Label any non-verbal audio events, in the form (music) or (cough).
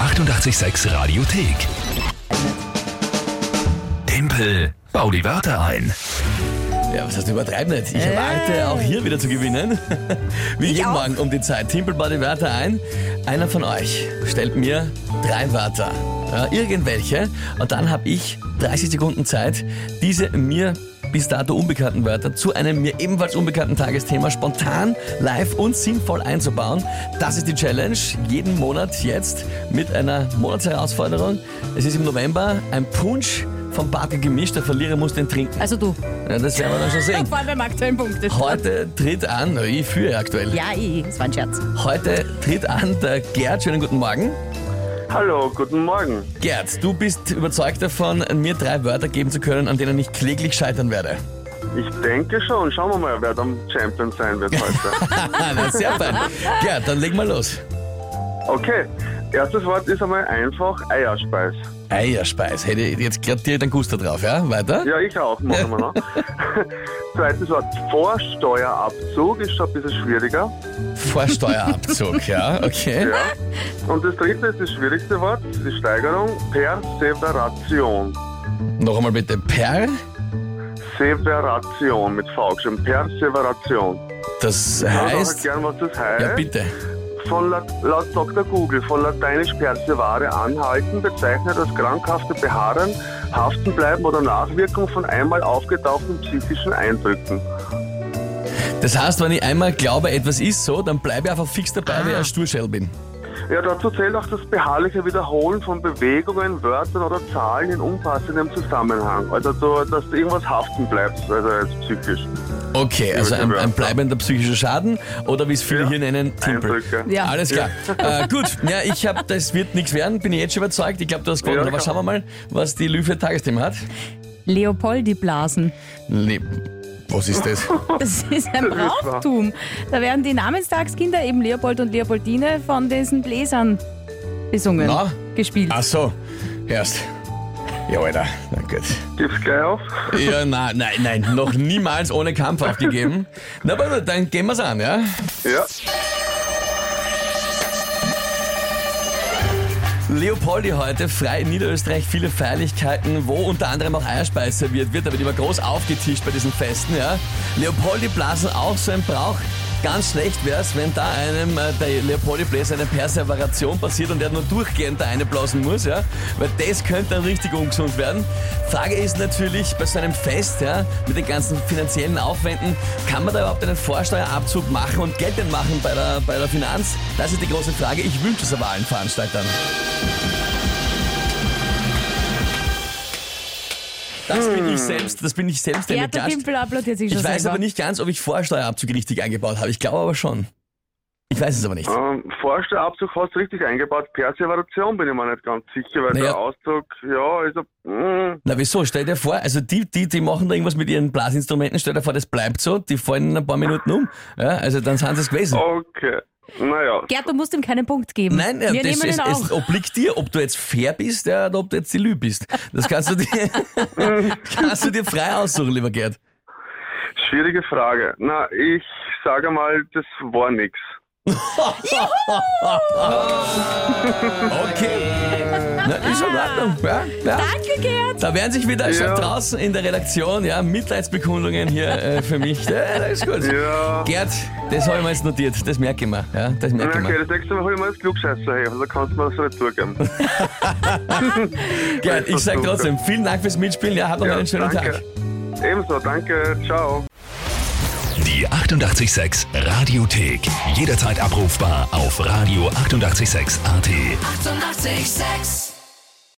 886 Radiothek. Tempel, bau die Wörter ein. Ja, was heißt übertreib nicht? Ich erwarte auch hier wieder zu gewinnen. Wie jeden auch. Morgen um die Zeit. Timpel die Wörter ein. Einer von euch stellt mir drei Wörter. Ja, irgendwelche. Und dann habe ich 30 Sekunden Zeit, diese mir bis dato unbekannten Wörter zu einem mir ebenfalls unbekannten Tagesthema spontan, live und sinnvoll einzubauen. Das ist die Challenge. Jeden Monat jetzt mit einer Monatsherausforderung. Es ist im November ein Punsch vom Parker gemischt. Der Verlierer muss den trinken. Also du. Ja, das werden wir dann schon sehen. Vor allem, wer mag Punkte. Heute tritt an, na, ich führe aktuell. Ja, ich, das war ein Scherz. Heute tritt an der Gerd. Schönen guten Morgen. Hallo, guten Morgen. Gerd, du bist überzeugt davon, mir drei Wörter geben zu können, an denen ich kläglich scheitern werde. (laughs) Ich denke schon. Schauen wir mal, wer dann Champion sein wird heute. (laughs) Ah, na, sehr fein. Gerd, dann leg mal los. Okay, erstes Wort ist einmal einfach Eierspeis. Eierspeis. Hätte ich jetzt gerade direkt einen Guster drauf, ja? Weiter? Ja, ich auch. Machen (laughs) wir noch. Zweites Wort Vorsteuerabzug ist schon ein bisschen schwieriger. Vorsteuerabzug, ja? Okay. Ja. Und das dritte ist das schwierigste Wort, die Steigerung Perseveration. Noch einmal bitte Per. Severation mit V geschrieben. Perseveration. Das Ich sag auch heißt. gern, was das Ja, heißt. bitte. Von Lat laut Dr. Google, von lateinisch persevare anhalten, bezeichnet das krankhafte Beharren, Haftenbleiben oder Nachwirkung von einmal aufgetauchten psychischen Eindrücken. Das heißt, wenn ich einmal glaube, etwas ist so, dann bleibe ich einfach fix dabei, weil ich ein Sturschell bin. Ja, dazu zählt auch das beharrliche Wiederholen von Bewegungen, Wörtern oder Zahlen in unpassendem Zusammenhang. Also, so, dass irgendwas haften bleibt, also jetzt psychisch. Okay, also ein, Wörter. ein bleibender psychischer Schaden oder wie es viele Ja. hier nennen, Timpel. Eindrücke. Ja. Alles klar. Äh, gut, ja, ich habe, das wird nichts werden, bin ich jetzt schon überzeugt. Ich glaube, du hast gewonnen. Ja, Aber klar. schauen wir mal, was die Lü für ein Tagesthema hat. Leopoldiblasen. Nee. Was ist das? Das ist ein Brauchtum. Da werden die Namenstagskinder, eben Leopold und Leopoldine, von diesen Bläsern besungen, Na? gespielt. Ach so, erst. Ja, Alter, na gut. Gib's gleich auf. Ja, na, nein, nein, noch niemals ohne Kampf aufgegeben. Na, aber gut, dann gehen wir's an, ja? Ja. Leopoldi heute frei in Niederösterreich, viele Feierlichkeiten, wo unter anderem auch Eierspeis serviert wird. Da wird immer groß aufgetischt bei diesen Festen. Ja. Leopoldi-Blasen auch so ein Brauch. Ganz schlecht wäre es, wenn da einem äh, der Leopoldi-Bläser eine Perseveration passiert und der nur durchgehend da eine blasen muss, ja? weil das könnte dann richtig ungesund werden. Frage ist natürlich, bei so einem Fest ja, mit den ganzen finanziellen Aufwänden, kann man da überhaupt einen Vorsteuerabzug machen und Geld denn machen bei der, bei der Finanz? Das ist die große Frage. Ich wünsche es aber allen Veranstaltern. Das bin ich selbst, das bin ich selbst, der mir Gerd Hm. der klatscht. Pimpel applaudiert sich schon Ich selber. weiß aber nicht ganz, ob ich Vorsteuerabzug richtig eingebaut habe. Ich glaube aber schon. Ich weiß es aber nicht. Ähm, Vorsteuerabzug hast du richtig eingebaut. Perseveration bin ich mir nicht ganz sicher, weil Naja. der Ausdruck, ja, ist ein, mm, Na wieso? Stell dir vor, also die, die, die machen da irgendwas mit ihren Blasinstrumenten, stell dir vor, das bleibt so, die fallen in ein paar Minuten um. Ja, also dann sind sie es gewesen. Oh. okay. Naja, Gerd, du musst ihm keinen Punkt geben. Nein, ja, Wir das, nehmen es, ihn auch. es obliegt dir, ob du jetzt fair bist ja, oder ob du jetzt die Lü bist. Das kannst du dir, (laughs) (laughs) kannst du dir frei aussuchen, lieber Gerd. Schwierige Frage. Na, ich sage mal, das war nix. Okay. (laughs) Na, ist schon in Ordnung. Ja, ja. Danke, Gerd. Da werden sich wieder schon Ja. draußen in der Redaktion ja, Mitleidsbekundungen hier äh, für mich. Ja, das ist gut. Ja. Gerd, das habe ich mir jetzt notiert. Das merke ich mir. Ja, das Na, merke ich okay, mir. das nächste Mal hol ich mal das Klugscheißer her, also kannst du mir das retourgeben. Gerd, ich sage Versuche. trotzdem, vielen Dank fürs Mitspielen. (laughs) Ja, habt noch Ja, einen schönen danke. Tag. Ebenso, danke, ciao. Die 886 Radiothek. Jederzeit abrufbar auf radio886.at. 886! 886. 886